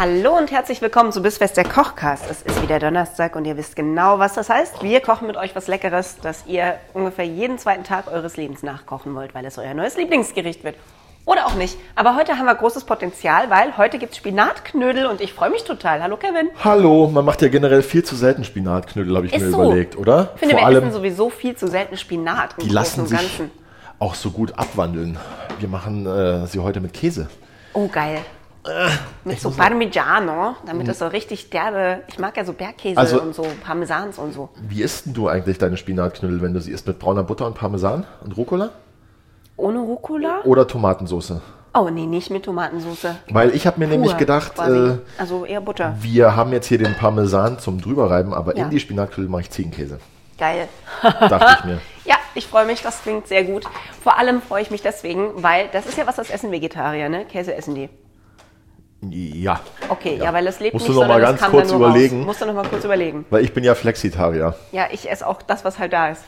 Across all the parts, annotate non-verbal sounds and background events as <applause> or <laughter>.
Hallo und herzlich willkommen zu Bissfest der Kochcast. Es ist wieder Donnerstag und ihr wisst genau, was das heißt. Wir kochen mit euch was Leckeres, das ihr ungefähr jeden zweiten Tag eures Lebens nachkochen wollt, weil es euer neues Lieblingsgericht wird. Oder auch nicht. Aber heute haben wir großes Potenzial, weil heute gibt es Spinatknödel und ich freue mich total. Hallo Kevin. Hallo, man macht ja generell viel zu selten Spinatknödel, habe ich mir überlegt, oder? Ich finde, Vor wir allem, essen sowieso viel zu selten Spinat. Im die lassen Großen sich und Ganzen. auch so gut abwandeln. Wir machen äh, sie heute mit Käse. Oh, geil. Äh, Mit so Parmigiano, damit das so richtig derbe. Ich mag ja so Bergkäse Mhm. Also- und so Parmesans und so. Wie isst denn du eigentlich deine Spinatknödel, wenn du sie isst? Mit brauner Butter und Parmesan und Rucola? Ohne Rucola? Oder Tomatensauce? Oh, nee, nicht mit Tomatensauce. Weil ich habe mir nämlich Pur gedacht, quasi. äh, also eher Butter. wir haben jetzt hier den Parmesan zum drüberreiben, aber Ja. in die Spinatknödel mache ich Ziegenkäse. Geil. Dachte ich mir. <laughs> Ja, ich freue mich, das klingt sehr gut. Vor allem freue ich mich deswegen, weil das ist ja was, das essen Vegetarier, ne? Käse essen die. Ja. Okay, ja, weil es lebt Musst nicht, du noch mal sondern ganz es kam kurz dann nur überlegen, raus. Musst du noch mal kurz überlegen. weil ich bin <laughs> ja Flexitarier. Ja, ich esse auch das, was halt da ist.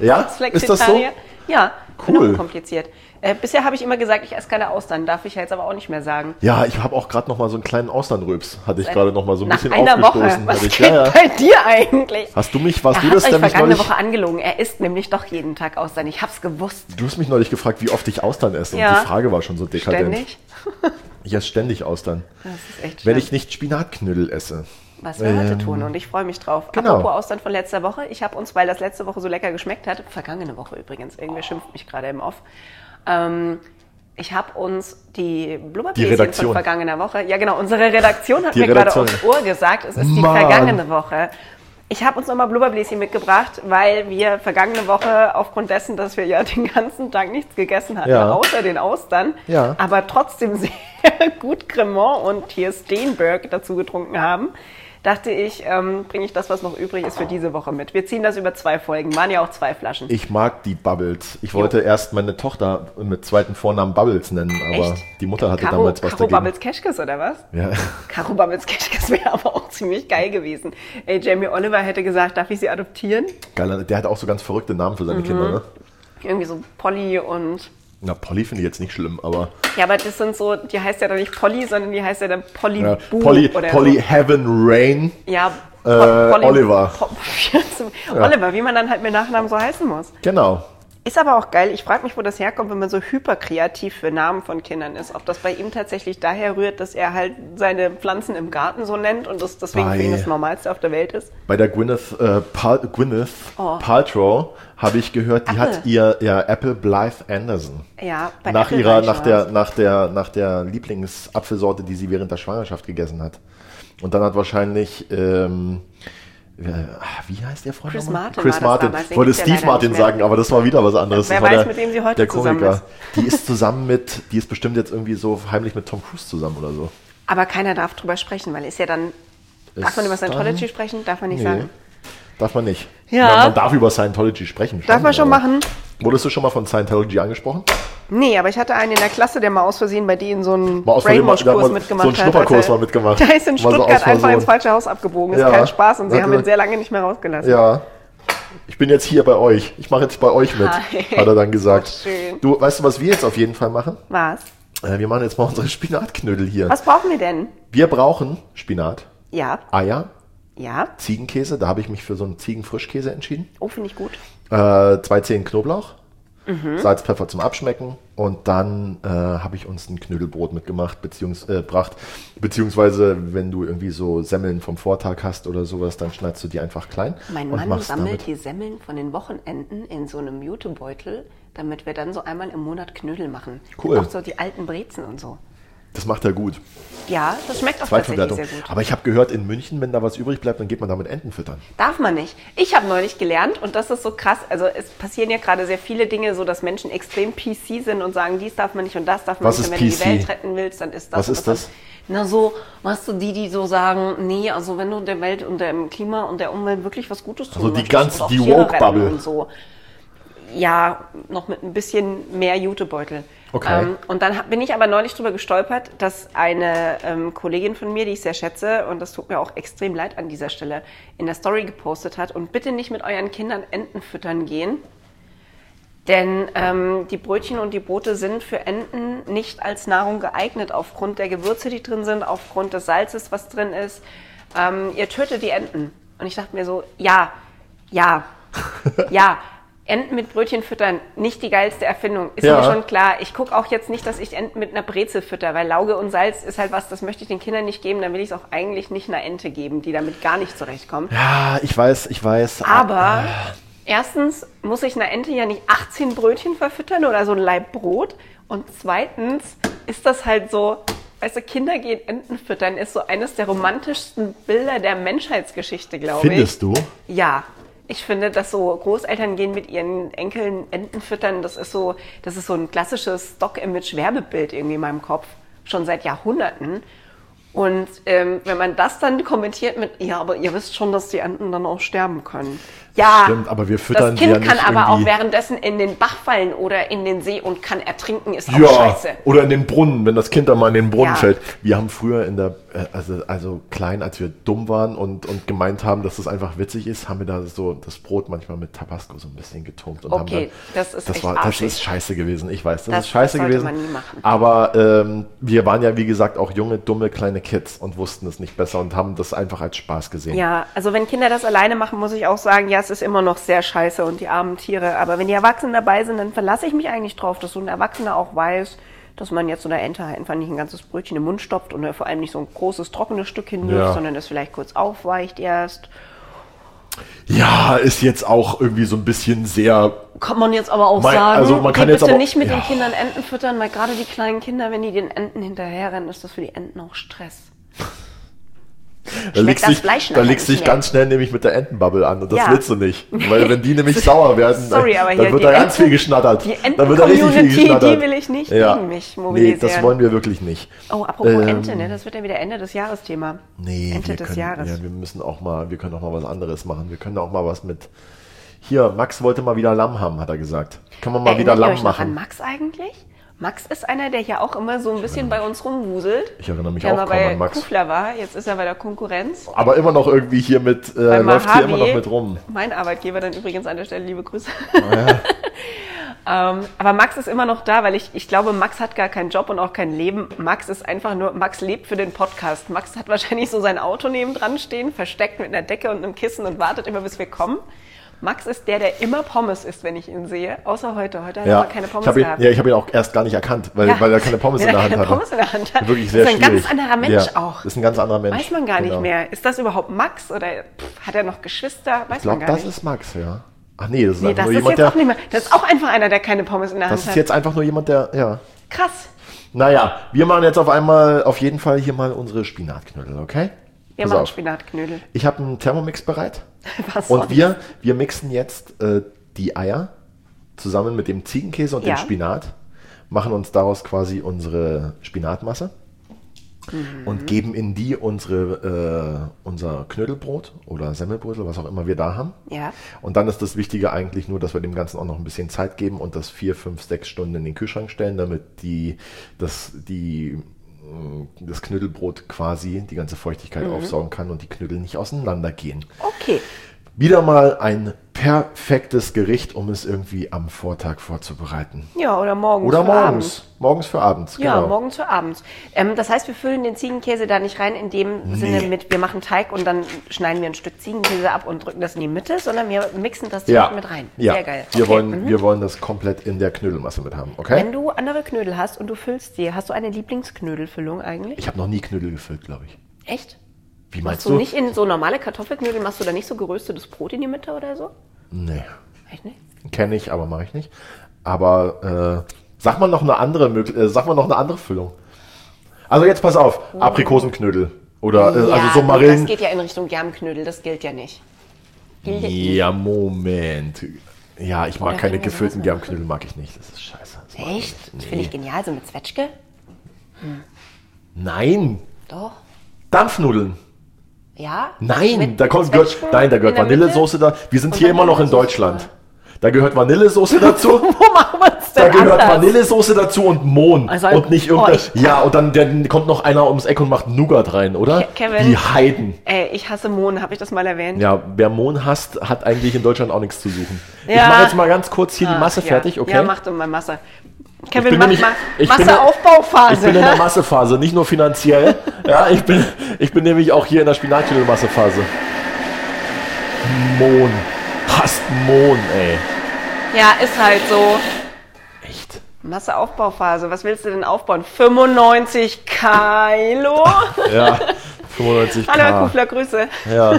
Ja? Als Ah, Ist das so? Flexitarier. Ja, Cool. cool. kompliziert. Äh, bisher habe ich immer gesagt, ich esse keine Austern, darf ich ja jetzt aber auch nicht mehr sagen. Ja, ich habe auch gerade noch mal so einen kleinen Auslandröps, hatte ich Seit- gerade noch mal so ein Äh, Nach bisschen einer Woche. aufgestoßen. Was hatte ich. geht Ja, ja. bei dir eigentlich? Hast du mich, warst er du hat das euch der mich vergangene neulich, Woche angelogen. Er isst nämlich doch jeden Tag Austern. Ich hab's gewusst. du hast mich neulich gefragt, wie oft ich Austern esse Ja. und die Frage war schon so dekadent. Ständig. Ich esse ständig Austern, Das ist echt wenn schlimm. ich nicht Spinatknödel esse. was wir heute tun und ich freue mich drauf. Ähm, genau. Apropos Austern von letzter Woche. Ich habe uns, weil das letzte Woche so lecker geschmeckt hat, vergangene Woche übrigens, irgendwer Oh. schimpft mich gerade im Off, ähm, ich habe uns die Die Blubberbläschen von Redaktion. vergangener Woche, ja genau, unsere Redaktion hat Die mir Redaktion. gerade aufs Ohr gesagt, es ist die Mann. vergangene Woche. Ich habe uns nochmal Blubberbläschen mitgebracht, weil wir vergangene Woche aufgrund dessen, dass wir ja den ganzen Tag nichts gegessen hatten, Ja. außer den Austern, Ja. aber trotzdem <laughs> sehr gut Cremant und hier Steenberg dazu getrunken haben, dachte ich, ähm, bringe ich das, was noch übrig ist, für diese Woche mit. Wir ziehen das über zwei Folgen, waren ja auch zwei Flaschen. Ich mag die Bubbles. Ich wollte erst meine Tochter mit zweiten Vornamen Bubbles nennen, aber Echt? die Mutter hatte Karo, damals was Karo dagegen. Bubbles Keschkes oder was? Ja. <laughs> Karo Bubbles Keschkes wäre aber auch ziemlich geil gewesen. Ey, Jamie Oliver hätte gesagt, darf ich sie adoptieren? Geiler, der hat auch so ganz verrückte Namen für Mhm. seine Kinder, ne? Irgendwie so Polly und... Na, Polly finde ich jetzt nicht schlimm, aber Ja, aber das sind so, die heißt ja dann nicht Polly, sondern die heißt ja dann Polly ja, Boo äh, Polly, oder Polly so. Heaven Rain. Ja, Po- Äh, Oliver. Po- Oliver, wie man dann halt mit Nachnamen so heißen muss. Genau. Ist aber auch geil. Ich frage mich, wo das herkommt, wenn man so hyperkreativ für Namen von Kindern ist. Ob das bei ihm tatsächlich daher rührt, dass er halt seine Pflanzen im Garten so nennt und das deswegen Bei- für ihn das Normalste auf der Welt ist. Bei der Gwyneth, äh, Pal Gwyneth Oh. Paltrow habe ich gehört, die Apple. hat ihr ja, Apple Blythe Anderson. Ja, bei Nach Apple ihrer, reicht nach schon der, was. nach der, nach der Lieblingsapfelsorte, die sie während der Schwangerschaft gegessen hat. Und dann hat wahrscheinlich, ähm, äh, wie heißt der Freund? Chris nochmal? Martin Chris war das Martin. damals, den Wollte gibt's ja Steve leider Martin nicht mehr. sagen, aber das war wieder was anderes. Wer das war weiß, mit wem sie heute der zusammen Komiker. ist. Die ist zusammen mit, die ist bestimmt jetzt irgendwie so heimlich mit Tom Cruise zusammen oder so. Aber keiner darf drüber sprechen, weil ist ja dann. Darf Ist man über Scientology dann- sprechen? Darf man nicht Nee, sagen. darf man nicht. Ja. Man, man darf über Scientology sprechen. Darf man schon aber- machen. Wurdest du schon mal von Scientology angesprochen? Nee, aber ich hatte einen in der Klasse, der mal aus Versehen bei denen so einen Mal aus Versehen mal- ja, Brainwash-Kurs mal- mitgemacht so einen hat. Schnupperkurs als er- <laughs> mal mitgemacht. Der ist in Mal so Stuttgart aus einfach Versehen. ins falsche Haus abgebogen. Ist Ja. kein Spaß und sie haben ihn Natürlich. sehr lange nicht mehr rausgelassen. Ja. Ich bin jetzt hier bei euch. Ich mache jetzt bei euch mit, Hi. hat er dann gesagt. Ach, schön. Du, weißt du, was wir jetzt auf jeden Fall machen? Was? Äh, wir machen jetzt mal unsere Spinatknödel hier. Was brauchen wir denn? Wir brauchen Spinat, Ja, Eier, ja. Ziegenkäse. Da habe ich mich für so einen Ziegenfrischkäse entschieden. Oh, finde ich gut. Äh, zwei Zehen Knoblauch, Mhm. Salz, Pfeffer zum Abschmecken. Und dann äh, habe ich uns ein Knödelbrot mitgemacht, beziehungs äh, gebracht. Beziehungsweise, wenn du irgendwie so Semmeln vom Vortag hast oder sowas, dann schneidest du die einfach klein. Mein und Mann machst sammelt damit. die Semmeln von den Wochenenden in so einem Jutebeutel, damit wir dann so einmal im Monat Knödel machen. Cool. Auch so die alten Brezen und so. Das macht er gut. Ja, das schmeckt auch tatsächlich Zweitverwertung. sehr gut. Aber ich habe gehört, in München, wenn da was übrig bleibt, dann geht man damit Enten füttern. Darf man nicht. Ich habe neulich gelernt und das ist so krass. Also es passieren ja gerade sehr viele Dinge, so dass Menschen extrem PC sind und sagen, dies darf man nicht und das darf man Was nicht. ist und wenn du die Welt PC? retten willst, dann ist das. Was und ist das? das? Na so, machst du die, die so sagen, nee, also wenn du der Welt und dem Klima und der Umwelt wirklich was Gutes tun Also die möchtest, ganz- doch die Tiere retten Woke-Bubble. und so. Ja, noch mit ein bisschen mehr Jutebeutel. Okay. Ähm, und dann hab- bin ich aber neulich drüber gestolpert, dass eine ähm, Kollegin von mir, die ich sehr schätze, und das tut mir auch extrem leid an dieser Stelle, in der Story gepostet hat, und bitte nicht mit euren Kindern Enten füttern gehen, denn ähm, die Brötchen und die Brote sind für Enten nicht als Nahrung geeignet, aufgrund der Gewürze, die drin sind, aufgrund des Salzes, was drin ist. Ähm, ihr tötet die Enten. Und ich dachte mir so, ja, ja, ja. Enten mit Brötchen füttern, nicht die geilste Erfindung. Ist Ja. mir schon klar. Ich gucke auch jetzt nicht, dass ich Enten mit einer Breze fütter, weil Lauge und Salz ist halt was, das möchte ich den Kindern nicht geben. Dann will ich es auch eigentlich nicht einer Ente geben, die damit gar nicht zurechtkommt. Ja, ich weiß, ich weiß. Aber Ah. erstens muss ich einer Ente ja nicht 18 Brötchen verfüttern oder so ein Laib Brot. Und zweitens ist das halt so, weißt du, Kinder gehen Enten füttern, ist so eines der romantischsten Bilder der Menschheitsgeschichte, glaube ich. Findest du? Ja. Ich finde, dass so Großeltern gehen mit ihren Enkeln Enten füttern, das ist so, das ist so ein klassisches Stock-Image-Werbebild irgendwie in meinem Kopf. Schon seit Jahrhunderten. Und ähm, wenn man das dann kommentiert mit, ja, aber ihr wisst schon, dass die Enten dann auch sterben können. Ja, Stimmt, aber wir füttern das die Kind ja nicht kann aber auch irgendwie- währenddessen in den Bach fallen oder in den See und kann ertrinken, ist auch Ja, scheiße. oder in den Brunnen, wenn das Kind dann mal in den Brunnen Ja. fällt. Wir haben früher in der, äh, also, also klein, als wir dumm waren und, und gemeint haben, dass das einfach witzig ist, haben wir da so das Brot manchmal mit Tabasco so ein bisschen getunkt. Und haben Okay, das ist das echt war, Das arschig. ist scheiße gewesen, ich weiß, das, Das ist scheiße sollte gewesen. man nie machen. Aber ähm, wir waren ja, wie gesagt, auch junge, dumme, kleine Kids und wussten es nicht besser und haben das einfach als Spaß gesehen. Ja, also wenn Kinder das alleine machen, muss ich auch sagen, ja, es ist immer noch sehr scheiße und die armen Tiere. Aber wenn die Erwachsenen dabei sind, dann verlasse ich mich eigentlich drauf, dass so ein Erwachsener auch weiß, dass man jetzt so einer Ente halt einfach nicht ein ganzes Brötchen im Mund stopft und vor allem nicht so ein großes, trockenes Stück hinwirft, Ja. sondern das vielleicht kurz aufweicht erst. ja, ist jetzt auch irgendwie so ein bisschen sehr Kann man jetzt aber auch Mein- sagen, also man kann geh jetzt bitte aber- nicht mit Ja. den Kindern Enten füttern, weil gerade die kleinen Kinder, wenn die den Enten hinterherrennen, ist das für die Enten auch Stress. Da Schmeckt legst das dich, Fleisch da nachher legst nicht dich mehr. ganz schnell nämlich mit der Entenbubble an und das Ja. willst du nicht. Weil wenn die <laughs> nämlich sauer werden, Sorry, aber dann hier wird die da ganz Enten- viel geschnattert. die dann wird da richtig viel Enten-Community, geschnattert. die will ich nicht gegen mich Nee, mobilisieren. das wollen wir wirklich nicht. Oh, apropos Ähm, Ente, ne? Das wird ja wieder Ende des Jahres Thema. Nee, Ente wir des können, Jahres. Ja, wir müssen auch mal, wir können auch mal was anderes machen. Wir können auch mal was mit. Hier, Max wollte mal wieder Lamm haben, hat er gesagt. Kann man mal Erinnert wieder ihr Lamm euch noch an machen. Max eigentlich? Max ist einer, der ja auch immer so ein bisschen bei uns rumwuselt. Ich erinnere mich der auch mal kaum bei an Max. Kufler war, jetzt ist er bei der Konkurrenz. Aber immer noch irgendwie hier mit, äh, Bei läuft hier immer Mojave. noch mit rum. Ah, Mein Arbeitgeber dann übrigens an der Stelle, liebe Grüße. <laughs> ähm, aber Max ist immer noch da, weil ich, ich glaube, Max hat gar keinen Job und auch kein Leben. Max ist einfach nur, Max lebt für den Podcast. Max hat wahrscheinlich so sein Auto nebendran stehen, versteckt mit einer Decke und einem Kissen und wartet immer, bis wir kommen. Max ist der, der immer Pommes isst, wenn ich ihn sehe. Außer heute. Heute hat er Ja, mal keine ich Pommes habe ihn, gehabt. ja, ich hab ihn auch erst gar nicht erkannt, weil, Ja. weil er keine Pommes Wenn in <laughs> der er Hand keine hatte. Pommes in der Hand hat. Wirklich Ist sehr ein schwierig. ganz anderer Mensch auch. Ist ein ganz anderer Mensch. Weiß man gar Genau. nicht mehr. Ist das überhaupt Max oder pff, hat er noch Geschwister? Weiß Ich man glaube, gar das nicht. ist Max, ja. Ach nee, das ist nee, das einfach nur ist jemand, jetzt der. auch nicht mehr. Das ist auch einfach einer, der keine Pommes in der Hand Das ist hat. jetzt einfach nur jemand, der. Ja. Krass. Naja, wir machen jetzt auf einmal, auf jeden Fall hier mal unsere Spinatknödel, okay? Wir Pass machen auf. Spinatknödel. Ich habe einen Thermomix bereit. Was und sonst? wir, wir mixen jetzt äh, die Eier zusammen mit dem Ziegenkäse und Ja. dem Spinat, machen uns daraus quasi unsere Spinatmasse Mhm. und geben in die unsere, äh, unser Knödelbrot oder Semmelbrösel, was auch immer wir da haben. Ja. Und dann ist das Wichtige eigentlich nur, dass wir dem Ganzen auch noch ein bisschen Zeit geben und das vier, fünf, sechs Stunden in den Kühlschrank stellen, damit die, das, die, mh, das Knödelbrot quasi die ganze Feuchtigkeit Mhm. aufsaugen kann und die Knödel nicht auseinandergehen. Okay. Wieder mal ein perfektes Gericht, um es irgendwie am Vortag vorzubereiten. Ja, oder morgens. Oder für morgens. Abends. Morgens für abends, Ja, genau. morgens für abends. Ähm, das heißt, wir füllen den Ziegenkäse da nicht rein, in dem Sinne mit, wir machen Teig und dann schneiden wir ein Stück Ziegenkäse ab und drücken das in die Mitte, sondern wir mixen das direkt ja. mit rein. Ja. Sehr geil. Wir, Okay. Mhm. wollen, wir wollen das komplett in der Knödelmasse mit haben, okay? Wenn du andere Knödel hast und du füllst die, hast du eine Lieblingsknödelfüllung eigentlich? Ich habe noch nie Knödel gefüllt, glaube ich. Echt? Wie Machst meinst du, du? nicht in so normale Kartoffelknödel, machst du da nicht so geröstetes Brot in die Mitte oder so? Nee. Echt nicht? Kenne ich, aber mache ich nicht. Aber äh, sag mal noch eine andere Möglich äh, sag mal noch eine andere Füllung. Also jetzt pass auf, Aprikosenknödel oder äh, also so gut, Das Marillen. geht Mhm. ja in Richtung Germknödel, das gilt ja nicht. Gilt ja- Ja, Moment. Ja, ich mag Oder können keine wir gefüllten sowas Germknödel, mag ich nicht. Das ist scheiße. Das mag ich Echt? nicht. Das finde ich genial, so mit Zwetschge. Nein, Doch. Dampfnudeln. Ja? Nein, Mit da kommt gehört, Zwetschgen nein, da in gehört der Vanillesoße da. Wir sind Und hier immer noch in Vanillesoße. Deutschland. Da gehört <laughs> Vanillesoße dazu. Wo machen wir es Da denn gehört anders? Vanillesoße dazu und Mohn Also, und nicht oh, irgendein. ich- ja, und dann, dann kommt noch einer ums Eck und macht Nougat rein, oder? Ke- Kevin. Die Heiden. Ey, ich hasse Mohn, habe ich das mal erwähnt? Ja, wer Mohn hasst, hat eigentlich in Deutschland auch nichts zu suchen. Ich Ja. mache jetzt mal ganz kurz hier die Masse Ah, ja. fertig, okay? Ja, macht immer Masse. Ich Kevin, bin mach nämlich- mal ich bin- Ich Masseaufbauphase. bin <laughs> in der Massephase, nicht nur finanziell. <laughs> ja, ich bin, ich bin nämlich auch hier in der Spinatschädel-Massephase. Mohn. Hasst Mohn, ey. ja, ist halt so. Echt? Masseaufbauphase. Was willst du denn aufbauen? 95 Kilo? <laughs> Ja, 95 Hallo, Herr K. Kufler, Grüße. <laughs> Ja.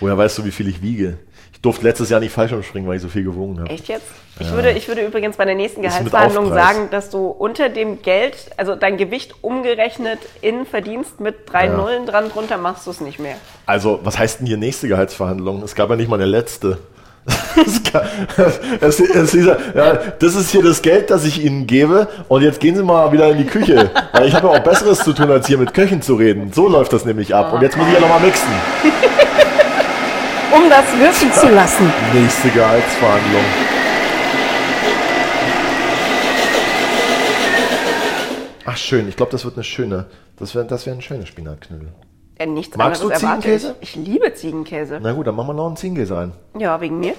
Woher weißt du, wie viel ich wiege? Ich durfte letztes Jahr nicht falsch umspringen, weil ich so viel gewogen habe. Echt jetzt? Ich, würde, ich würde übrigens bei der nächsten Ist mit Gehaltsverhandlung Aufpreis. sagen, dass du unter dem Geld, also dein Gewicht umgerechnet in Verdienst mit drei Ja. Nullen dran drunter, machst du es nicht mehr. Also, was heißt denn hier nächste Gehaltsverhandlung? Es gab ja nicht mal eine letzte. <laughs> Es ga- es, es hieß ja, ja, das ist hier das Geld, das ich Ihnen gebe und jetzt gehen Sie mal wieder in die Küche. Weil ich habe ja auch Besseres zu tun, als hier mit Köchen zu reden. So läuft das nämlich ab. Und jetzt muss ich ja nochmal mixen. Um das wirken zu lassen. Nächste Gehaltsverhandlung. Ach schön, ich glaube, das wird eine schöne, das wären das wär schöne Spinatknödel. Äh, nichts Magst anderes du erwarte Ziegenkäse? ich. Ich liebe Ziegenkäse. Na gut, dann machen wir noch einen Ziegenkäse rein. Ja, wegen mir.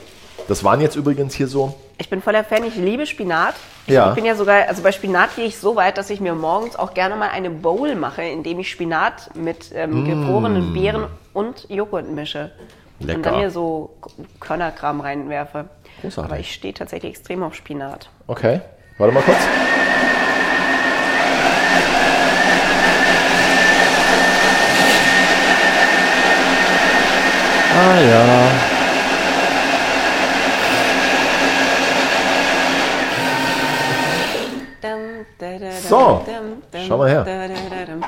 Das waren jetzt übrigens hier so, Ich bin voller Fan, ich liebe Spinat. Ich Ja. bin ja sogar, also bei Spinat gehe ich so weit, dass ich mir morgens auch gerne mal eine Bowl mache, indem ich Spinat mit Mm. ähm, gefrorenen Beeren und Joghurt mische. Lecker. Und dann mir so K- Körnerkram reinwerfe. Großartig. Aber ich stehe tatsächlich extrem auf Spinat. okay, warte mal kurz. Ah ja. Dum, da, da, da, So, dum, dum, schau mal her. da, da, da, dum.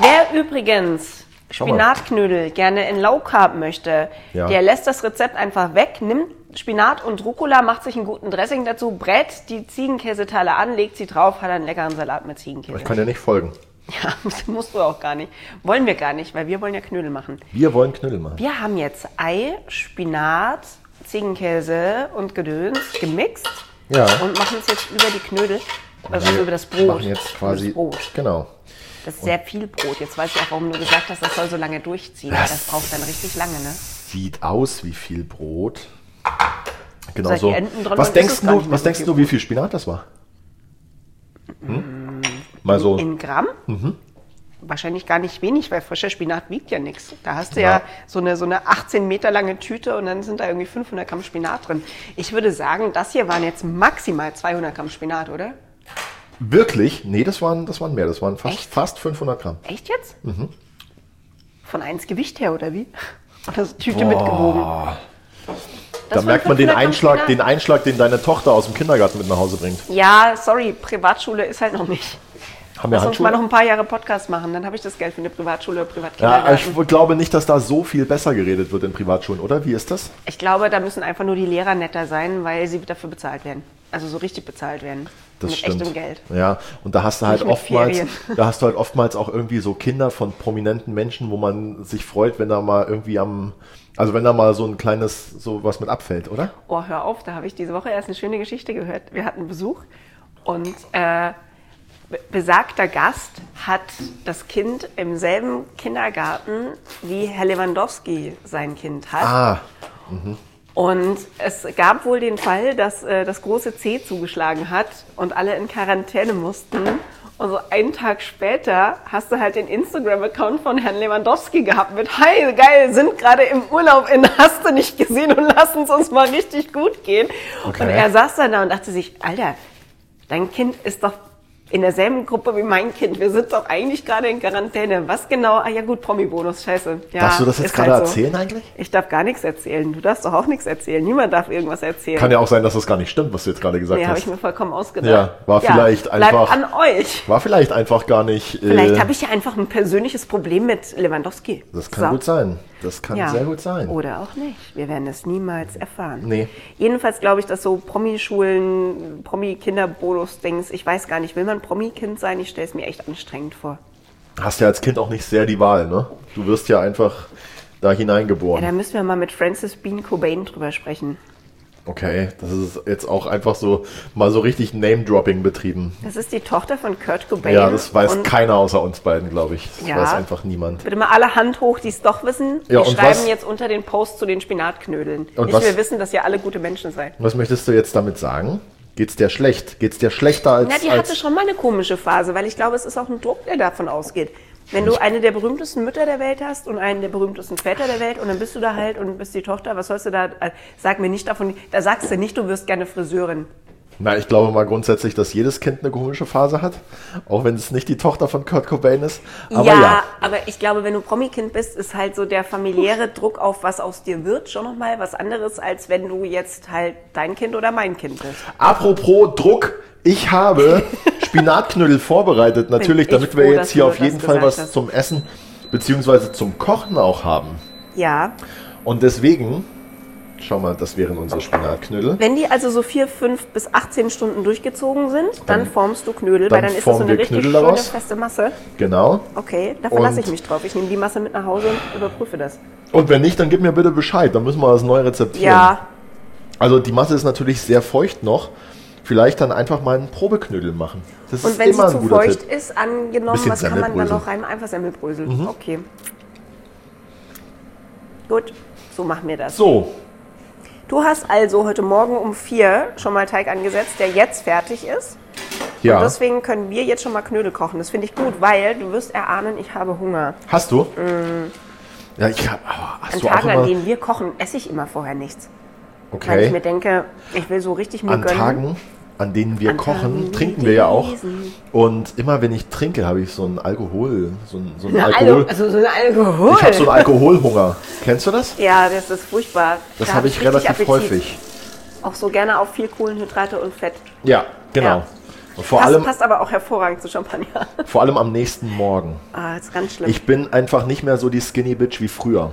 Wer übrigens Schau mal. Spinatknödel gerne in Lauk haben möchte, Ja. der lässt das Rezept einfach weg, nimmt Spinat und Rucola, macht sich einen guten Dressing dazu, brät die Ziegenkäseteile an, legt sie drauf, hat einen leckeren Salat mit Ziegenkäse. Ich kann ja nicht folgen. <laughs> Ja, das musst du auch gar nicht. Wollen wir gar nicht, weil wir wollen ja Knödel machen. Wir wollen Knödel machen. Wir haben jetzt Ei, Spinat, Ziegenkäse und Gedöns gemixt Ja. und machen es jetzt über die Knödel, also über das Brot. machen jetzt quasi, Über Das, Brot. genau. das ist sehr viel Brot. Jetzt weiß ich auch, warum du gesagt hast, das soll so lange durchziehen. Das, Das- braucht dann richtig lange, ne? Sieht aus wie viel Brot. Genau Seit so. die Enden dran Was waren, ist denkst es gar nicht du, mehr was so denkst viel du, wie viel Spinat das war? Hm? Mal so. In Gramm? Mhm. Wahrscheinlich gar nicht wenig, weil frischer Spinat wiegt ja nichts. Da hast du Ja. ja, so, eine, so eine 18 Meter lange Tüte und dann sind da irgendwie 500 Gramm Spinat drin. Ich würde sagen, das hier waren jetzt maximal 200 Gramm Spinat, oder? Wirklich? Nee, das waren, das waren mehr. Das waren fast, Echt? fast 500 Gramm. Echt jetzt? Mhm. Von eins Gewicht her, oder wie? <laughs> Oder so Tüte mitgewogen. Da merkt man den Einschlag, den Einschlag, den deine Tochter aus dem Kindergarten mit nach Hause bringt. Ja, sorry, Privatschule ist halt noch nicht. Haben wir Lass uns mal noch ein Handschuhe? paar Jahre Podcast machen, dann habe ich das Geld für eine Privatschule oder Ja, ich Privatkindergarten. glaube nicht, dass da so viel besser geredet wird in Privatschulen, oder? Wie ist das? ich glaube, da müssen einfach nur die Lehrer netter sein, weil sie dafür bezahlt werden. Also so richtig bezahlt werden. Das mit stimmt. echtem Geld. Ja, und da hast du halt Nicht mit oftmals, Ferien. <laughs> da hast du halt oftmals auch irgendwie so Kinder von prominenten Menschen, wo man sich freut, wenn da mal irgendwie am, also wenn da mal so ein kleines, so was mit abfällt, oder? Oh, hör auf, da habe ich diese Woche erst eine schöne Geschichte gehört. Wir hatten Besuch und äh, be- besagter Gast hat das Kind im selben Kindergarten, wie Herr Lewandowski sein Kind hat. Ah, Und es gab wohl den Fall, dass äh, das große C zugeschlagen hat und alle in Quarantäne mussten. Und so einen Tag später hast du halt den Instagram-Account von Herrn Lewandowski gehabt mit Hi, geil, sind gerade im Urlaub in Hast du nicht gesehen und lass uns uns mal richtig gut gehen. Okay. Und er saß dann da und dachte sich, Alter, dein Kind ist doch in derselben Gruppe wie mein Kind. Wir sind doch eigentlich gerade in Quarantäne. Was genau? Ah ja gut, Promi-Bonus, scheiße. Ja, darfst du das jetzt ist gerade halt so. erzählen eigentlich? Ich darf gar nichts erzählen. Du darfst doch auch nichts erzählen. Niemand darf irgendwas erzählen. Kann ja auch sein, dass das gar nicht stimmt, was du jetzt gerade gesagt nee, habe ich hast. mir vollkommen ausgedacht. Ja, war vielleicht einfach- Äh, Bleibt an euch. War vielleicht einfach gar nicht. Vielleicht äh, habe ich ja einfach ein persönliches Problem mit Lewandowski. Das kann So. gut sein. Das kann Ja. sehr gut sein. Oder auch nicht. Wir werden es niemals erfahren. Nee. Jedenfalls glaube ich, dass so Promischulen, Promi-Kinderbonus-Dings, ich weiß gar nicht, will man Promi-Kind sein? Ich stelle es mir echt anstrengend vor. Hast ja als Kind auch nicht sehr die Wahl, ne? Du wirst ja einfach da Ja, da hineingeboren. müssen wir mal mit Francis Bean Cobain drüber sprechen. Okay, das ist jetzt auch einfach so mal so richtig Name-Dropping betrieben. Das ist die Tochter von Kurt Cobain. Ja, das weiß Und keiner außer uns beiden, glaube ich. Das Ja. weiß einfach niemand. Bitte mal alle Hand hoch, die es doch wissen. Ja, wir und schreiben was- jetzt unter den Post zu den Spinatknödeln. Und Nicht, was- wir wissen, dass ihr alle gute Menschen seid. Was möchtest du jetzt damit sagen? Geht's dir schlecht? Geht's dir schlechter als. Na, die als hatte schon mal eine komische Phase, weil ich glaube, es ist auch ein Druck, der davon ausgeht. Wenn du eine der berühmtesten Mütter der Welt hast und einen der berühmtesten Väter der Welt und dann bist du da halt und bist die Tochter, was sollst du da, äh, sag mir nicht davon, da sagst du nicht, du wirst gerne Friseurin. Na, ich glaube mal grundsätzlich, dass jedes Kind eine komische Phase hat. Auch wenn es nicht die Tochter von Kurt Cobain ist. Aber ja. aber ich glaube, wenn du Promikind bist, ist halt so der familiäre Druck auf, was aus dir wird, schon nochmal was anderes, als wenn du jetzt halt dein Kind oder mein Kind bist. Apropos Druck. Ich <laughs> habe Spinatknödel vorbereitet, natürlich, ich damit wir froh, jetzt dass hier du auf das jeden Fall gesagt was hast. zum Essen beziehungsweise zum Kochen auch haben. Ja. Und deswegen, schau mal, das wären unsere Spinatknödel. Wenn die also so 4, 5 bis 18 Stunden durchgezogen sind, dann, Dann- formst du Knödel, dann weil dann ist das so formen eine wir richtig Knödel schöne, daraus. feste Masse. Genau. Okay, da verlasse Und- ich mich drauf. Ich nehme die Masse mit nach Hause und überprüfe das. Und wenn nicht, dann gib mir bitte Bescheid. Dann müssen wir das neu rezeptieren. Ja, Also die Masse ist natürlich sehr feucht noch. Vielleicht dann einfach mal einen Probeknödel machen. Das und ist wenn sie immer ein zu guter feucht Tipp. ist, angenommen, Bisschen was kann man da Semmelbrösel. Mhm. noch rein? Einfach Semmelbrösel. Okay. Gut, so machen wir das. So, Du hast also heute Morgen um 4 schon mal Teig angesetzt, der jetzt fertig ist. ja. Deswegen können wir jetzt schon mal Knödel kochen. Das finde ich gut, weil du wirst erahnen, ich habe Hunger. An Hast du? Mm. Ja, ich hab, aber hast du auch Tagen, an immer, denen wir kochen, esse ich immer vorher nichts. Weil ich mir okay, denke, ich will so richtig mir an gönnen. Tagen, an denen wir An kochen, Tagen trinken wir ja auch. gewesen. Und immer wenn ich trinke, habe ich so einen Alkohol, so einen, so einen Na, Alkohol. Alkohol. Also so ein Alkohol. Ich habe so einen Alkoholhunger. Kennst du das? ja, das ist furchtbar. Das Da habe hab ich richtig relativ Appetit. häufig. Auch so gerne auf viel Kohlenhydrate und Fett. Ja, genau. Ja. Und vor passt, allem, passt aber auch hervorragend zu Champagner. <laughs> vor allem am nächsten Morgen. ah, ist ganz schlimm. Ich bin einfach nicht mehr so die Skinny Bitch wie früher.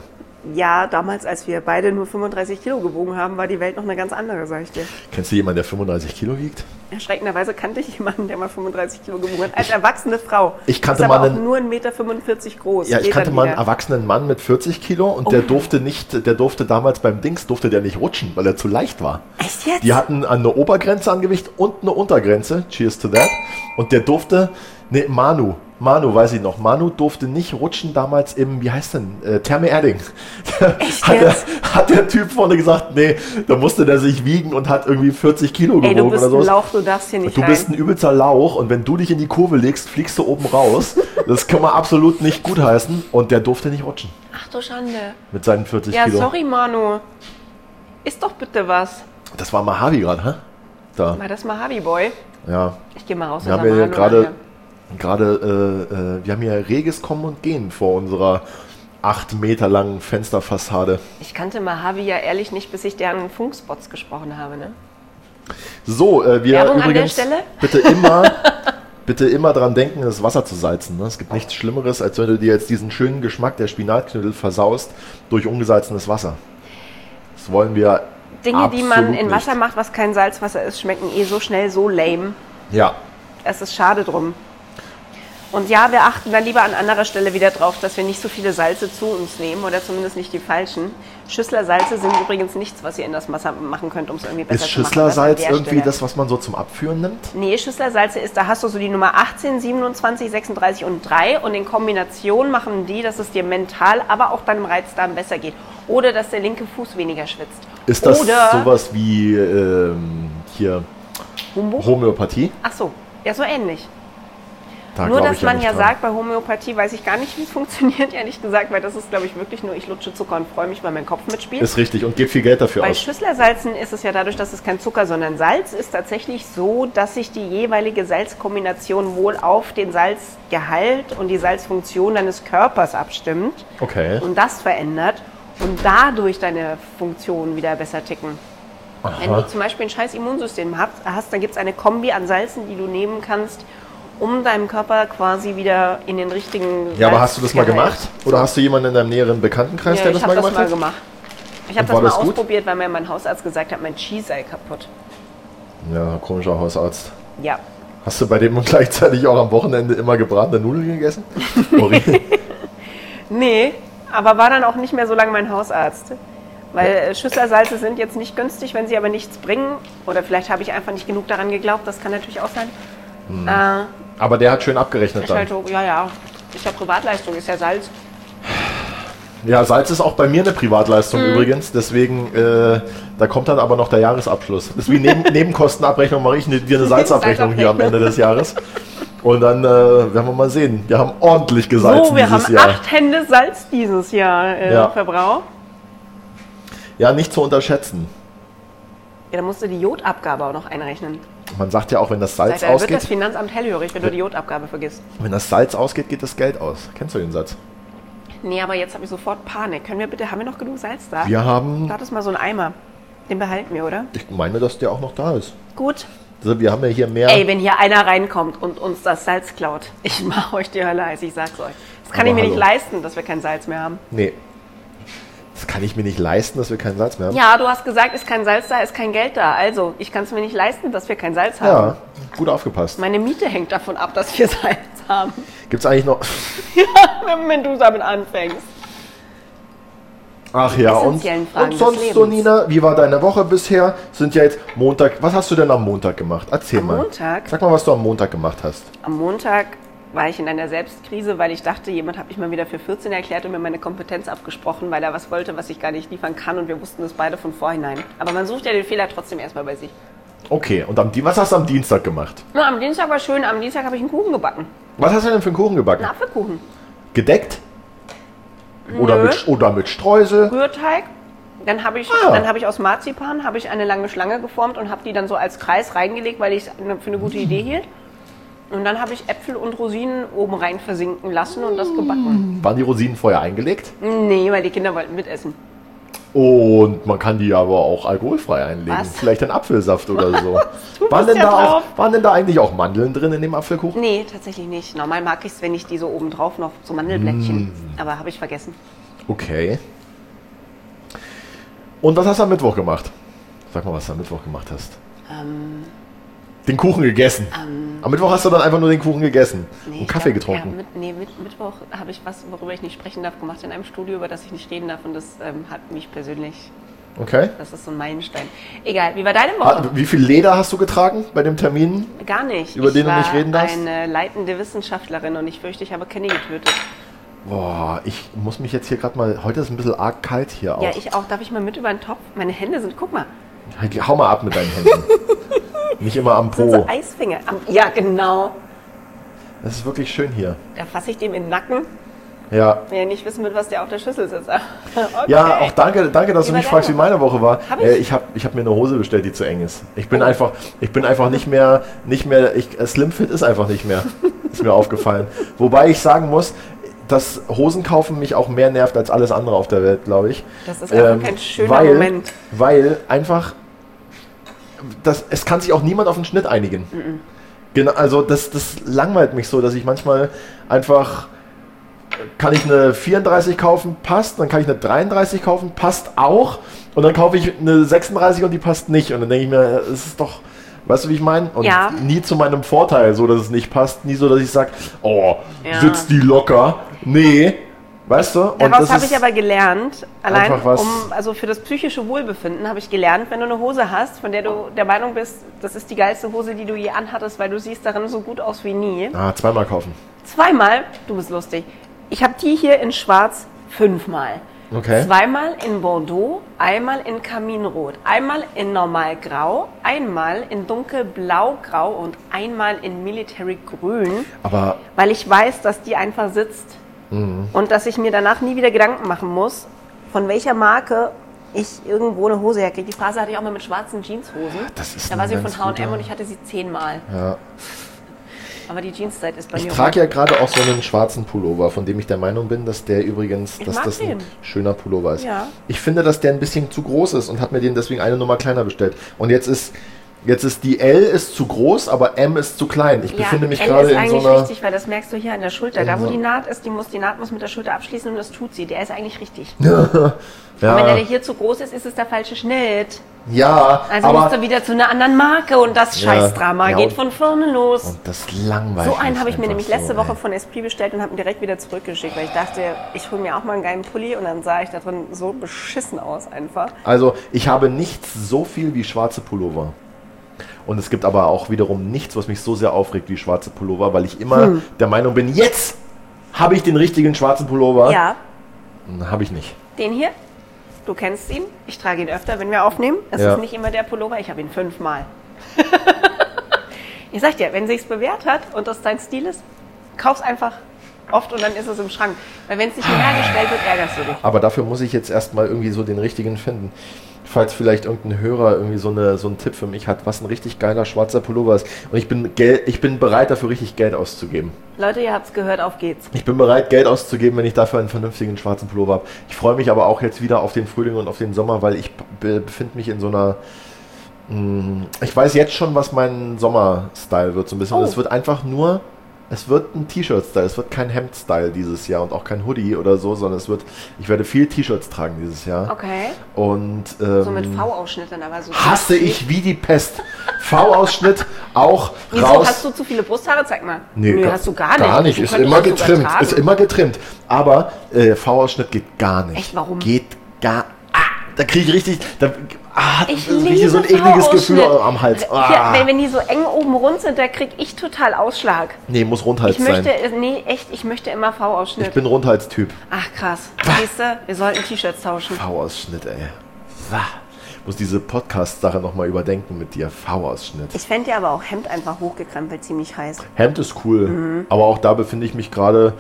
ja, damals, als wir beide nur 35 Kilo gewogen haben, war die Welt noch eine ganz andere, sag ich dir. Kennst du jemanden, der 35 Kilo wiegt? Erschreckenderweise kannte ich jemanden, der mal 35 Kilo gewogen hat. Als erwachsene Frau. ich kannte ist aber mal auch einen- nur 1,45 Meter groß. Ja, ich Geht kannte dann mal einen wieder. Oh. erwachsenen Mann mit 40 Kilo und der durfte nicht, der durfte damals beim Dings, durfte der nicht rutschen, weil er zu leicht war. Echt jetzt? Die hatten eine Obergrenze an Gewicht und eine Untergrenze. Cheers to that. Und der durfte, ne, Manu, Manu, weiß ich noch, Manu durfte nicht rutschen damals im, wie heißt denn, äh, Therme Erding. <laughs> Echt hat, der, jetzt? hat der Typ vorne gesagt, nee, da musste der sich wiegen und hat irgendwie 40 Kilo Ey, du gewogen bist oder ein sowas. Lauch, du darfst hier nicht Du rein. bist ein übelster Lauch und wenn du dich in die Kurve legst, fliegst du oben raus. Das kann man absolut nicht gutheißen. Und der durfte nicht rutschen Ach du Schande. mit seinen 40 Ja, Kilo. sorry, Manu. Ist doch bitte was. Das war Mojave gerade, hä? Da, Mal das mal Harvey Boy. ja. Ich gehe mal raus. Wir und haben sag hier mal Hallo gerade, nachher. gerade, äh, äh, wir haben hier reges Kommen und Gehen vor unserer acht Meter langen Fensterfassade. Ich kannte Mojave ja ehrlich nicht, bis ich deren Funkspots gesprochen habe. Ne? So, äh, wir Werbung an der übrigens Stelle? <laughs> bitte immer, bitte immer dran denken, das Wasser zu salzen. Ne? Es gibt nichts Schlimmeres, als wenn du dir jetzt diesen schönen Geschmack der Spinatknödel versaust durch ungesalzenes Wasser. Das wollen wir. Dinge, die man absolut in Wasser nicht. macht, was kein Salzwasser ist, schmecken eh so schnell so lame. Ja, Es ist schade drum. Und ja, wir achten dann lieber an anderer Stelle wieder drauf, dass wir nicht so viele Salze zu uns nehmen oder zumindest nicht die falschen. Schüsslersalze sind übrigens nichts, was ihr in das Wasser machen könnt, um es irgendwie besser ist zu machen. Das an Schüsslersalz der irgendwie Stelle. das, was man so zum Abführen nimmt? Nee, Schüsslersalze ist, da hast du so die Nummer 18, 27, 36 und 3 und in Kombination machen die, dass es dir mental, aber auch deinem Reizdarm besser geht. Oder dass der linke Fuß weniger schwitzt. Ist das Oder sowas wie ähm, hier Humbo? Homöopathie? Ach so, ja so ähnlich. Da nur, glaub dass ich man nicht ja dran. sagt, bei Homöopathie weiß ich gar nicht, wie es <laughs> funktioniert, ehrlich gesagt, weil das ist, glaube ich, wirklich nur, ich lutsche Zucker und freue mich, weil mein Kopf mitspielt. Ist richtig und gib viel Geld dafür Bei aus. Schüsslersalzen ist es ja dadurch, dass es kein Zucker, sondern Salz ist, tatsächlich so, dass sich die jeweilige Salzkombination wohl auf den Salzgehalt und die Salzfunktion deines Körpers abstimmt Okay. und das verändert und dadurch deine Funktionen wieder besser ticken. Wenn du zum Beispiel ein scheiß Immunsystem hast, hast dann gibt es eine Kombi an Salzen, die du nehmen kannst, um deinem Körper quasi wieder in den richtigen. Ja, aber hast du das mal Salzgehalt- gemacht? Oder hast du jemanden in deinem näheren Bekanntenkreis, Ja, der ich das habe mal das gemacht mal hat? gemacht. Ich habe Und das war mal das gut? ausprobiert, weil mir mein Hausarzt gesagt hat, mein Ski sei kaputt. Ja, komischer Hausarzt. Ja. Hast du bei dem <laughs> gleichzeitig auch am Wochenende immer gebratene <laughs> Nudeln gegessen? Horri- Nee, aber war dann auch nicht mehr so lange mein Hausarzt. Weil äh, Schüsselersalze sind jetzt nicht günstig, wenn sie aber nichts bringen. Oder vielleicht habe ich einfach nicht genug daran geglaubt, das kann natürlich auch sein. Äh, Aber der hat schön abgerechnet ich halt Hm. dann. so, ja, ja, ist ja Privatleistung, ist ja Salz. Ja, Salz ist auch bei mir eine Privatleistung Mhm. übrigens. Deswegen, äh, da kommt dann aber noch der Jahresabschluss. Das ist <laughs> wie Neben Nebenkostenabrechnung, mache ich ne- dir eine Salzabrechnung hier am Ende des Jahres. Und dann äh, werden wir mal sehen. Wir haben ordentlich gesalzen So, wir dieses haben Jahr. acht Hände Salz dieses Jahr äh, Ja. Verbrauch. Ja, nicht zu unterschätzen. Ja, da musst du die Jodabgabe auch noch einrechnen. Man sagt ja auch, wenn das Salz Seit da wird das ausgeht, Finanzamt hellhörig, wenn du die Jodabgabe vergisst. wenn das Salz ausgeht, geht das Geld aus. Kennst du den Satz? Nee, aber jetzt habe ich sofort Panik. Können wir bitte, haben wir noch genug Salz da? Wir haben, Da hat es mal so einen Eimer. Den behalten wir, oder? ich meine, dass der auch noch da ist. Gut. Also wir haben ja hier mehr. Ey, wenn hier einer reinkommt und uns das Salz klaut, <laughs> ich mache euch die Hölle heiß, ich sag's euch. Das kann Aber ich mir nicht hallo. leisten, dass wir kein Salz mehr haben. nee. Das kann ich mir nicht leisten, dass wir kein Salz mehr haben. Ja, du hast gesagt, ist kein Salz da, ist kein Geld da. Also, ich kann es mir nicht leisten, dass wir kein Salz haben. ja gut aufgepasst. Meine Miete hängt davon ab, dass wir <laughs> Salz haben. Gibt's eigentlich noch. Wenn du damit anfängst. Ach ja, und, essentiellen Fragen und des sonst so, Lebens. Nina, wie war deine Woche bisher? Sind ja jetzt Montag. Was hast du denn am Montag gemacht? Erzähl Am mal. Montag? Sag mal, was du am Montag gemacht hast. Am Montag war ich in einer Selbstkrise, weil ich dachte, jemand hat mich mal wieder für 14 erklärt und mir meine Kompetenz abgesprochen, weil er was wollte, was ich gar nicht liefern kann und wir wussten das beide von vorhinein. Aber man sucht ja den Fehler trotzdem erstmal bei sich. Okay, und am, Di- was hast du am Dienstag gemacht? Na, am Dienstag war schön, am Dienstag habe ich einen Kuchen gebacken. Was hast du denn für einen Kuchen gebacken? Einen Apfelkuchen. Gedeckt? Oder Nö. mit, oder mit Streusel? Rührteig. Dann habe ich, Ah. dann habe ich aus Marzipan habe ich eine lange Schlange geformt und habe die dann so als Kreis reingelegt, weil ich es eine- für eine gute Idee hielt. Und dann habe ich Äpfel und Rosinen oben rein versinken lassen und das gebacken. Waren die Rosinen vorher eingelegt? Nee, weil die Kinder wollten mitessen. Und man kann die aber auch alkoholfrei einlegen. Was? Vielleicht ein Apfelsaft oder so. <laughs> Du waren, bist denn ja da drauf. auch, waren denn da eigentlich auch Mandeln drin in dem Apfelkuchen? Nee, tatsächlich nicht. Normal mag ich es, wenn ich die so oben drauf noch so Mandelblättchen. Mm. Aber habe ich vergessen. Okay. Und was hast du am Mittwoch gemacht? Sag mal, was du am Mittwoch gemacht hast. Ähm. den Kuchen gegessen. am Mittwoch hast du dann einfach nur den Kuchen gegessen Nee, und ich Kaffee glaub, Ja, getrunken. mit, nee, mit, Mittwoch habe ich was, worüber ich nicht sprechen darf, gemacht in einem Studio, über das ich nicht reden darf. Und das ähm, hat mich persönlich, Okay. das ist so ein Meilenstein. Egal, wie war deine Ah, Woche? Wie viel Leder hast du getragen bei dem Termin? Gar nicht. über ich den du war nicht reden darfst? eine leitende Wissenschaftlerin und ich fürchte, ich habe Kenny getötet. Boah, ich muss mich jetzt hier gerade mal. Heute ist ein bisschen arg kalt hier auch. Ja, ich auch. Darf ich mal mit über den Topf? Meine Hände sind, guck mal, Halt, Hau mal ab mit deinen <laughs> Händen. Nicht immer am sind Po. so Eisfinger. Am- Ja, genau. Das ist wirklich schön hier. Da fasse ich dem in den Nacken. Ja. Wer nicht wissen will, was der auf der Schüssel sitzt. <laughs> Okay. Ja, auch danke, danke, dass Wie du war mich deine fragst, wie meine Woche war. Hab ich? Äh, ich habe ich hab mir eine Hose bestellt, die zu eng ist. Ich bin einfach, ich bin einfach nicht mehr, nicht mehr, ich, äh, Slimfit ist einfach <laughs> nicht mehr. Ist mir aufgefallen. Wobei ich sagen muss, dass Hosenkaufen mich auch mehr nervt als alles andere auf der Welt, glaube ich. Ähm, Das ist einfach kein schöner weil, Moment. Weil einfach, das, es kann sich auch niemand auf den Schnitt einigen. Genau, also das, das langweilt mich so, dass ich manchmal einfach kann ich eine 34 kaufen, passt, dann kann ich eine 33 kaufen, passt auch und dann kaufe ich eine 36 und die passt nicht und dann denke ich mir, es ist doch, weißt du, wie ich meine? Und Ja. nie zu meinem Vorteil, so dass es nicht passt, nie so, dass ich sage, oh, Ja. sitzt die locker, nee, weißt du? Und Daraus das habe ist- ich aber gelernt, allein einfach was- um, also für das psychische Wohlbefinden habe ich gelernt, wenn du eine Hose hast, von der du der Meinung bist, das ist die geilste Hose, die du je anhattest, weil du siehst darin so gut aus wie nie. ah, zweimal kaufen. Zweimal, du bist lustig, ich habe die hier in schwarz fünfmal. Okay. Zweimal in Bordeaux, einmal in Kaminrot, einmal in Normalgrau, einmal in Dunkelblau-Grau und einmal in Military Grün. Aber weil ich weiß, dass die einfach sitzt Mhm. und dass ich mir danach nie wieder Gedanken machen muss, von welcher Marke ich irgendwo eine Hose herkriege. Die Phase hatte ich auch mal mit schwarzen Jeanshosen. Das ist da ein war sie von ganz H&M guter- und ich hatte sie zehnmal. Ja. Aber die Jeanszeit ist bei ich mir. trage ja gerade auch so einen schwarzen Pullover, von dem ich der Meinung bin, dass der übrigens, dass mag das ein den. schöner Pullover ist. Ja. Ich finde, dass der ein bisschen zu groß ist und habe mir den deswegen eine Nummer kleiner bestellt. Und jetzt ist, jetzt ist die L ist zu groß, aber M ist zu klein. Ich ja, befinde mich L gerade ist in so eigentlich einer. richtig, weil das merkst du hier an der Schulter. Da, wo so- die Naht ist, die, muss, die Naht muss mit der Schulter abschließen und das tut sie. Der ist eigentlich richtig. Und wenn Ja, der hier zu groß ist, ist es der falsche Schnitt. Ja, Also musst du aber wieder zu einer anderen Marke und das Ja, Scheißdrama ja, geht und- von vorne los. und das langweilt So einen mich habe ich mir einfach nämlich letzte so, Woche ey. von Esprit bestellt und habe ihn direkt wieder zurückgeschickt, weil ich dachte, ich hole mir auch mal einen geilen Pulli und dann sah ich da drin so beschissen aus einfach. Also, ich habe nichts so viel wie schwarze Pullover. Und es gibt aber auch wiederum nichts, was mich so sehr aufregt wie schwarze Pullover, weil ich immer der Meinung bin, jetzt habe ich den richtigen schwarzen Pullover. Ja, Hm, Habe ich nicht. den hier. Du kennst ihn. Ich trage ihn öfter, wenn wir aufnehmen. Es Ja. ist nicht immer der Pullover. Ich habe ihn fünfmal. <laughs> ich sag dir, wenn sich's bewährt hat und das dein Stil ist, kauf's einfach oft und dann ist es im Schrank. Weil wenn es nicht mehr hergestellt wird, ärgerst du dich. Aber dafür muss ich jetzt erstmal irgendwie so den richtigen finden. Falls vielleicht irgendein Hörer irgendwie so, eine, so einen Tipp für mich hat, was ein richtig geiler schwarzer Pullover ist. Und ich bin, Gel ich bin bereit, dafür richtig Geld auszugeben. Leute, ihr habt's gehört, auf geht's. Ich bin bereit, Geld auszugeben, wenn ich dafür einen vernünftigen schwarzen Pullover habe. Ich freue mich aber auch jetzt wieder auf den Frühling und auf den Sommer, weil ich be befinde mich in so einer. mm, Ich weiß jetzt schon, was mein Sommer-Style wird, so ein bisschen. Und Oh. Es wird einfach nur. Es wird ein T-Shirt-Style, es wird kein Hemd-Style dieses Jahr und auch kein Hoodie oder so, sondern es wird. Ich werde viel T-Shirts tragen dieses Jahr. Okay. Und. Ähm, So mit V-Ausschnitten, aber so. hasse ich wie die Pest. V-Ausschnitt auch Wieso raus. hast du zu viele Brusthaare? Zeig mal. Nee, Nö, ga- hast du gar nicht. Gar nicht, Du ist könntest immer das sogar getrimmt. tragen. Ist immer getrimmt. Aber äh, V-Ausschnitt geht gar nicht. Echt, warum? Geht gar. Ah, da kriege ich richtig. Da ah, Ich da krieg liebe so ein ekliges Gefühl V-Ausschnitt. am Hals. Hier, Ah. wenn, wenn die so eng oben rund sind, da krieg ich total Ausschlag. nee, muss Rundhals Ich möchte, sein. nee, echt, ich möchte immer Ich V-Ausschnitt. bin Rundhalstyp. Ach <laughs> krass. Siehst du, wir sollten T-Shirts tauschen. V-Ausschnitt, ey. Wah. Muss diese Podcast-Sache nochmal überdenken mit dir. V-Ausschnitt. Ich fände ja aber auch Hemd einfach hochgekrempelt ziemlich heiß. Hemd ist cool, aber auch da befinde ich mich gerade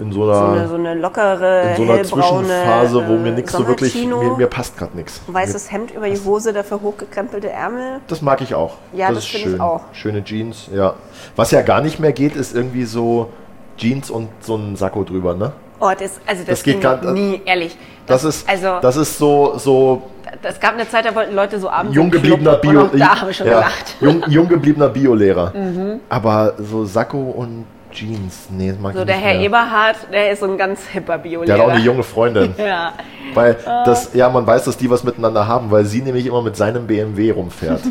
in so Mhm. So einer, eine, so eine lockere, in so einer hellbraune Zwischenphase, wo äh, mir nichts so wirklich, Sommerchino, mir, mir passt gerade nichts. Weißes Hemd über die Hose, dafür hochgekrempelte Ärmel. Das mag ich auch. Ja, das ist finde ich schön. auch. Schöne Jeans, ja. Was ja gar nicht mehr geht, ist irgendwie so Jeans und so ein Sakko drüber, ne? Oh, das, also das, Das geht ging gar- das- nie, ehrlich. Das ist, also das ist so, so Es gab eine Zeit, da wollten Leute so abends. jung im Club gebliebener Bio. Und auch <laughs> da habe ich schon ja, gelacht. Mhm. Jung, jung gebliebener Biolehrer. Aber so Sakko und Jeans, nee, das mag So, ich der nicht Herr mehr. Eberhard, der ist so ein ganz hipper bio Der hat auch eine <laughs> junge Freundin. Ja. Weil Ah. das, ja, man weiß, dass die was miteinander haben, weil sie nämlich immer mit seinem <laughs> BMW rumfährt.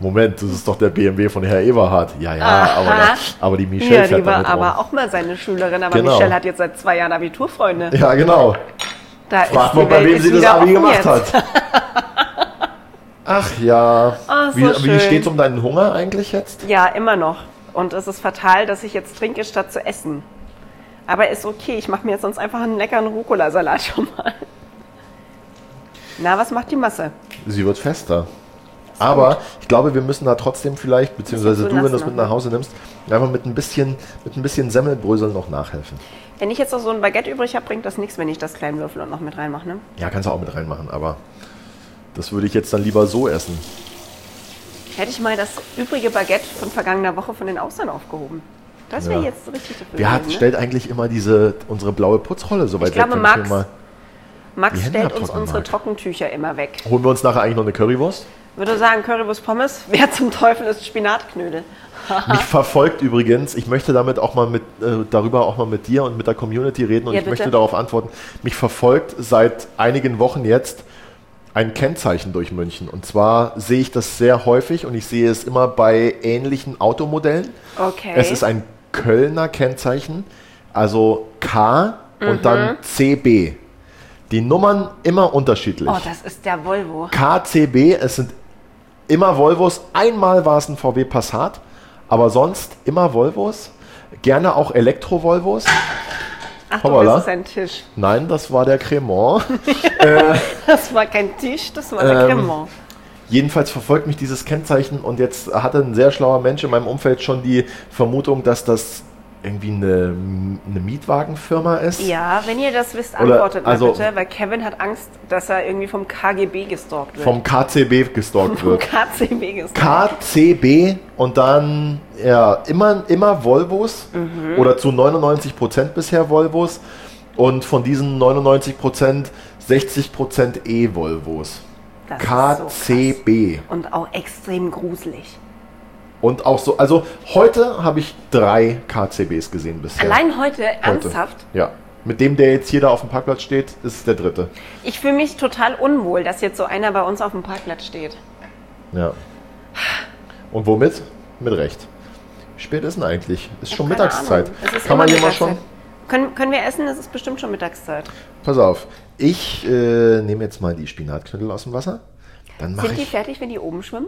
Moment, das ist doch der BMW von Herr Eberhard. Ja, ja, Aha. aber, da- aber die Michelle ja, fährt die war damit rum. aber auch mal seine Schülerin, aber Genau. Michelle hat jetzt seit zwei Jahren Abiturfreunde. Ja, genau. Da Fragt die man, bei Welt wem ist sie das wieder Abi offen gemacht jetzt. hat. Ach ja. Ah, so wie wie schön. steht's um deinen Hunger eigentlich jetzt? Ja, immer noch. Und es ist fatal, dass ich jetzt trinke, statt zu essen. Aber ist okay, ich mache mir jetzt sonst einfach einen leckeren Rucola-Salat schon mal. Na, was macht die Masse? Sie wird fester. Aber ich glaube, wir müssen da trotzdem vielleicht, beziehungsweise Bisschen du, wenn du es nass mit noch, nach Hause nimmst, einfach mit ein bisschen, mit ein bisschen Semmelbröseln noch nachhelfen. Wenn ich jetzt noch so ein Baguette übrig habe, bringt das nichts, wenn ich das klein würfel und noch mit reinmache. Ne? Ja, kannst du auch mit reinmachen, aber das würde ich jetzt dann lieber so essen. Hätte ich mal das übrige Baguette von vergangener Woche von den Austern aufgehoben. Das wäre Ja. jetzt richtig dafür. Wer hat, gewesen, ne? stellt eigentlich immer diese, unsere blaue Putzrolle so weit glaube, weg? Max. Wenn mal- die Max Hände halt. Oh, stellt uns abtrocknen unsere mag. Trockentücher immer weg. Holen wir uns nachher eigentlich noch eine Currywurst? Würde sagen, Currywurst Pommes, <laughs> wer zum Teufel ist Spinatknödel? <laughs> Mich verfolgt übrigens, ich möchte damit auch mal mit, äh, darüber auch mal mit dir und mit der Community reden und Ja, ich bitte. möchte darauf antworten. Mich verfolgt seit einigen Wochen jetzt ein Kennzeichen durch München. Und zwar sehe ich das sehr häufig und ich sehe es immer bei ähnlichen Automodellen. Okay. Es ist ein Kölner Kennzeichen, also K und Mhm. dann CB. Die Nummern immer unterschiedlich. Oh, das ist der Volvo. KCB, es sind immer Volvos. Einmal war es ein VW Passat, aber sonst immer Volvos. Gerne auch Elektro-Volvos. Ach, Hoppala. das ist ein Tisch. Nein, das war der Cremant. <laughs> Das war kein Tisch, das war der Ähm, Cremant. Jedenfalls verfolgt mich dieses Kennzeichen und jetzt hatte ein sehr schlauer Mensch in meinem Umfeld schon die Vermutung, dass das irgendwie eine, eine Mietwagenfirma ist. Ja, wenn ihr das wisst, Oder, antwortet mal also- bitte, weil Kevin hat Angst, dass er irgendwie vom KGB gestalkt wird. Vom KCB gestalkt vom wird. KCB gestalkt. KCB und dann ja, immer, immer Volvos Mhm. oder zu 99% bisher Volvos und von diesen 99% 60% E-Volvos. Das ist So KCB. krass. Und auch extrem gruselig. und auch so, also heute habe ich drei KCBs gesehen bisher. Allein heute, heute. ernsthaft, Ja. Mit dem, der jetzt hier da auf dem Parkplatz steht, ist es der dritte. Ich fühle mich total unwohl, dass jetzt so einer bei uns auf dem Parkplatz steht. Ja. Und womit? Mit Recht. Wie spät ist denn eigentlich? Ist schon Keine Mittagszeit. Ahnung. Es ist Kann immer man hier mal schon. Mittagszeit. Können, können wir essen? Es ist bestimmt schon Mittagszeit. Pass auf. Ich äh, nehme jetzt mal die Spinatknödel aus dem Wasser. Dann mache Sind die ich. fertig, wenn die oben schwimmen?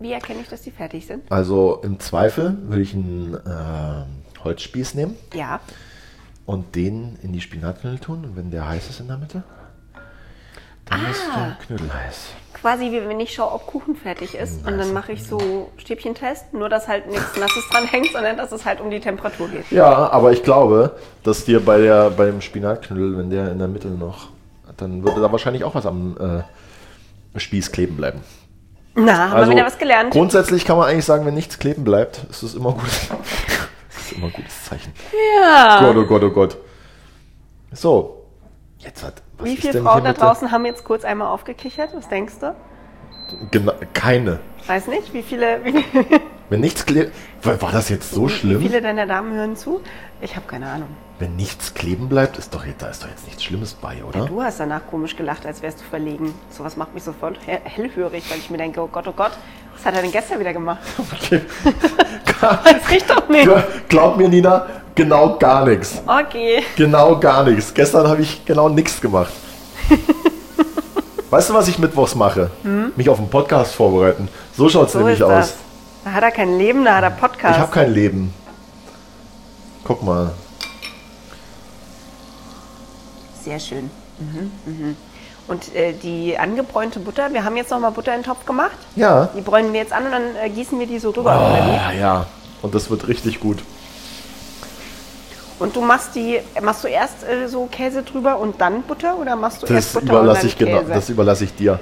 Wie erkenne ich, dass die fertig sind? Also im Zweifel würde ich einen äh, Holzspieß nehmen Ja. und den in die Spinatknödel tun. Und wenn der heiß ist in der Mitte, dann ist Ah. der Knödel heiß. Quasi wie wenn ich schaue, ob Kuchen fertig ist. Und dann mache ich so Stäbchentest, nur dass halt nichts Nasses dran hängt, sondern dass es halt um die Temperatur geht. Ja, aber ich glaube, dass dir bei der bei dem Spinatknödel, wenn der in der Mitte noch, dann würde da wahrscheinlich auch was am äh, Spieß kleben bleiben. Na, also haben wir wieder was gelernt. Also, Grundsätzlich kann man eigentlich sagen, wenn nichts kleben bleibt, ist es immer gut. <laughs> ist immer ein gutes Zeichen. Ja. Gott, oh Gott, oh Gott. So. Jetzt hat. Was Wie ist viele denn Frauen hier da mit der- draußen haben jetzt kurz einmal aufgekichert? Was denkst du? Gena keine. Weiß nicht, wie viele, wie, viele- Wenn nichts kleben. War war das jetzt so wie schlimm? viele deiner Damen hören zu? Ich habe keine Ahnung. Wenn nichts kleben bleibt, ist doch, da ist doch jetzt nichts Schlimmes bei, <laughs> oder? Du hast danach komisch gelacht, als wärst du verlegen. Sowas macht mich sofort he- hellhörig, weil ich mir denke, oh Gott, oh Gott, was hat er denn gestern wieder gemacht? <laughs> Okay. Das riecht doch nicht. Glaub mir, Nina, genau gar nichts. Okay. Genau gar nichts. Gestern habe ich genau <laughs> nichts gemacht. Weißt du, was ich mittwochs mache? Mich auf einen Podcast vorbereiten. So schaut es Hm? So nämlich ist aus. das. Da hat er kein Leben, da hat er Podcast. Ich habe kein Leben. Guck mal. Sehr schön. Mhm, Und äh, die angebräunte Butter, wir haben jetzt nochmal Butter in den Topf gemacht. Ja. Die bräunen wir jetzt an und dann äh, gießen wir die so drüber. oder Ah, ja. Und das wird richtig gut. wie? Und du machst die, machst du erst äh, so Käse drüber und dann Butter oder machst du erst Das Butter und dann überlasse ich, genau, Käse? das überlasse ich dir.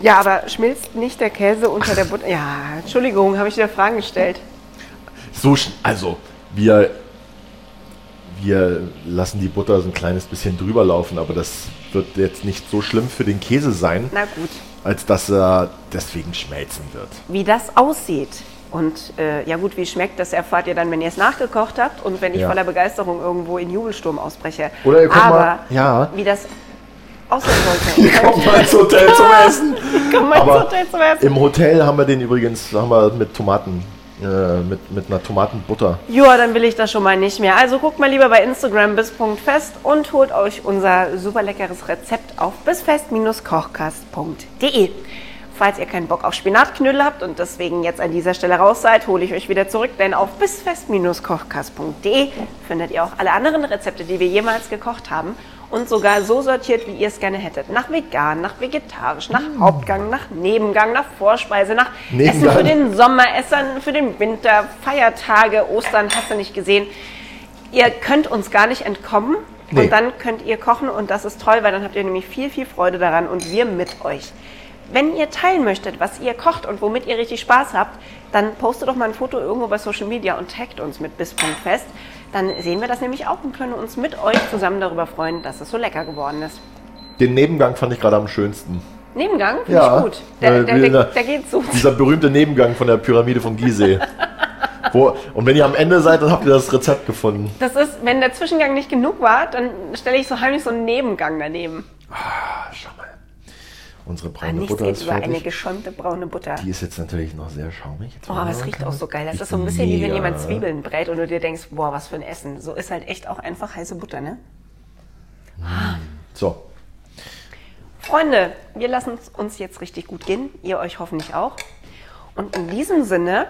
ja, aber schmilzt nicht der Käse unter der Butter? Ja, Entschuldigung, habe ich dir Fragen gestellt. So, sch- also, wir, wir lassen die Butter so ein kleines bisschen drüber laufen, aber das wird jetzt nicht so schlimm für den Käse sein, Na gut, als dass er deswegen schmelzen wird. wie das aussieht. Und äh, ja gut, wie schmeckt, das erfahrt ihr dann, wenn ihr es nachgekocht habt und wenn ich Ja. voller Begeisterung irgendwo in Jubelsturm ausbreche. Oder ihr kommt Aber mal- ja. wie das aussehen <laughs> sollte. Kommt mal ins Hotel zum Essen. Komm mal ins Aber Hotel zum Essen. im Hotel haben wir den übrigens haben wir mit Tomaten, äh, mit, mit einer Tomatenbutter. Joa, dann will ich das schon mal nicht mehr. Also guckt mal lieber bei Instagram bis.fest und holt euch unser super leckeres Rezept auf bisfest-kochkast.de. Falls ihr keinen Bock auf Spinatknödel habt und deswegen jetzt an dieser Stelle raus seid, hole ich euch wieder zurück, denn auf bisfest-kochkast.de findet ihr auch alle anderen Rezepte, die wir jemals gekocht haben und sogar so sortiert, wie ihr es gerne hättet. Nach vegan, nach vegetarisch, nach Hauptgang, nach Nebengang, nach Vorspeise, nach Essen für Nebengang. den den Sommer, Essern für den Winter, Feiertage, Ostern, hast du nicht gesehen. Ihr könnt uns gar nicht entkommen. Nee. Und dann könnt ihr kochen und das ist toll, weil dann habt ihr nämlich viel, viel Freude daran und wir mit euch. Wenn ihr teilen möchtet, was ihr kocht und womit ihr richtig Spaß habt, dann postet doch mal ein Foto irgendwo bei Social Media und taggt uns mit bis.fest. Dann sehen wir das nämlich auch und können uns mit euch zusammen darüber freuen, dass es so lecker geworden ist. Den Nebengang fand ich gerade am schönsten. Nebengang finde Ja, ich gut. Der, äh, der, wie der, der- der geht so. Dieser berühmte Nebengang von der Pyramide von Gizeh. Wo, und wenn ihr am Ende seid, dann habt ihr das Rezept gefunden. Das ist, wenn der Zwischengang nicht genug war, dann stelle ich so heimlich so einen Nebengang daneben. Ah, schau mal. Unsere Aber braune Ah, nichts Butter geht ist über eine fertig. geschäumte braune Butter. Die ist jetzt natürlich noch sehr schaumig. Jetzt Oh, wollen aber wir es mal riecht gucken. auch so geil. Das Riecht ist so ein bisschen wie wenn mega, jemand ne? Zwiebeln brät und du dir denkst, boah, was für ein Essen. So ist halt echt auch einfach heiße Butter, ne? So, Freunde, wir lassen es uns jetzt richtig gut gehen. Ihr euch hoffentlich auch. Und in diesem Sinne,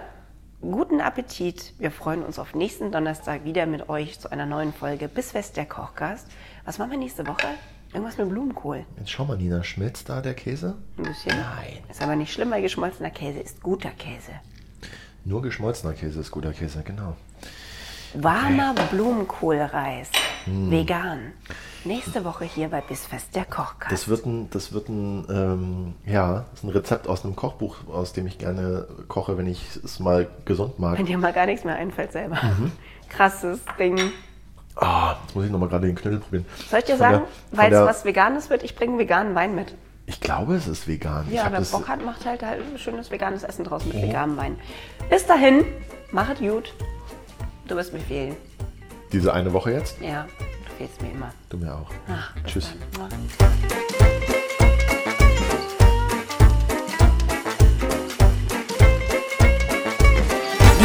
guten Appetit. Wir freuen uns auf nächsten Donnerstag wieder mit euch zu einer neuen Folge. Bis West der Kochgast. Was machen wir nächste Woche? Irgendwas mit Blumenkohl. jetzt schau mal, Nina, schmilzt da der Käse? Ein bisschen. Nein. Ist aber nicht schlimm, weil geschmolzener Käse ist guter Käse. Nur geschmolzener Käse ist guter Käse, genau. Warmer Blumenkohlreis. Hm. Vegan. Nächste Woche hier bei Bissfest der Kochkast. Das wird ein, das wird ein, ähm, ja, ist ein Rezept aus einem Kochbuch, aus dem ich gerne koche, wenn ich es mal gesund mag. Wenn dir mal gar nichts mehr einfällt selber. Mhm. Krasses Ding. Ah, jetzt muss ich nochmal gerade den Knödel probieren. Soll ich dir Von sagen, der- von weil es der- was Veganes wird, ich bringe veganen Wein mit. Ich glaube, es ist vegan. ich Ja, hab wer das, Oh. Bock hat, macht halt, halt schönes veganes Essen draus mit veganem Wein. Bis dahin, machet gut. Du wirst mich wählen. Diese eine Woche jetzt? Ja. fehlst mir immer. Du mir auch. Ach, bis Tschüss. dann.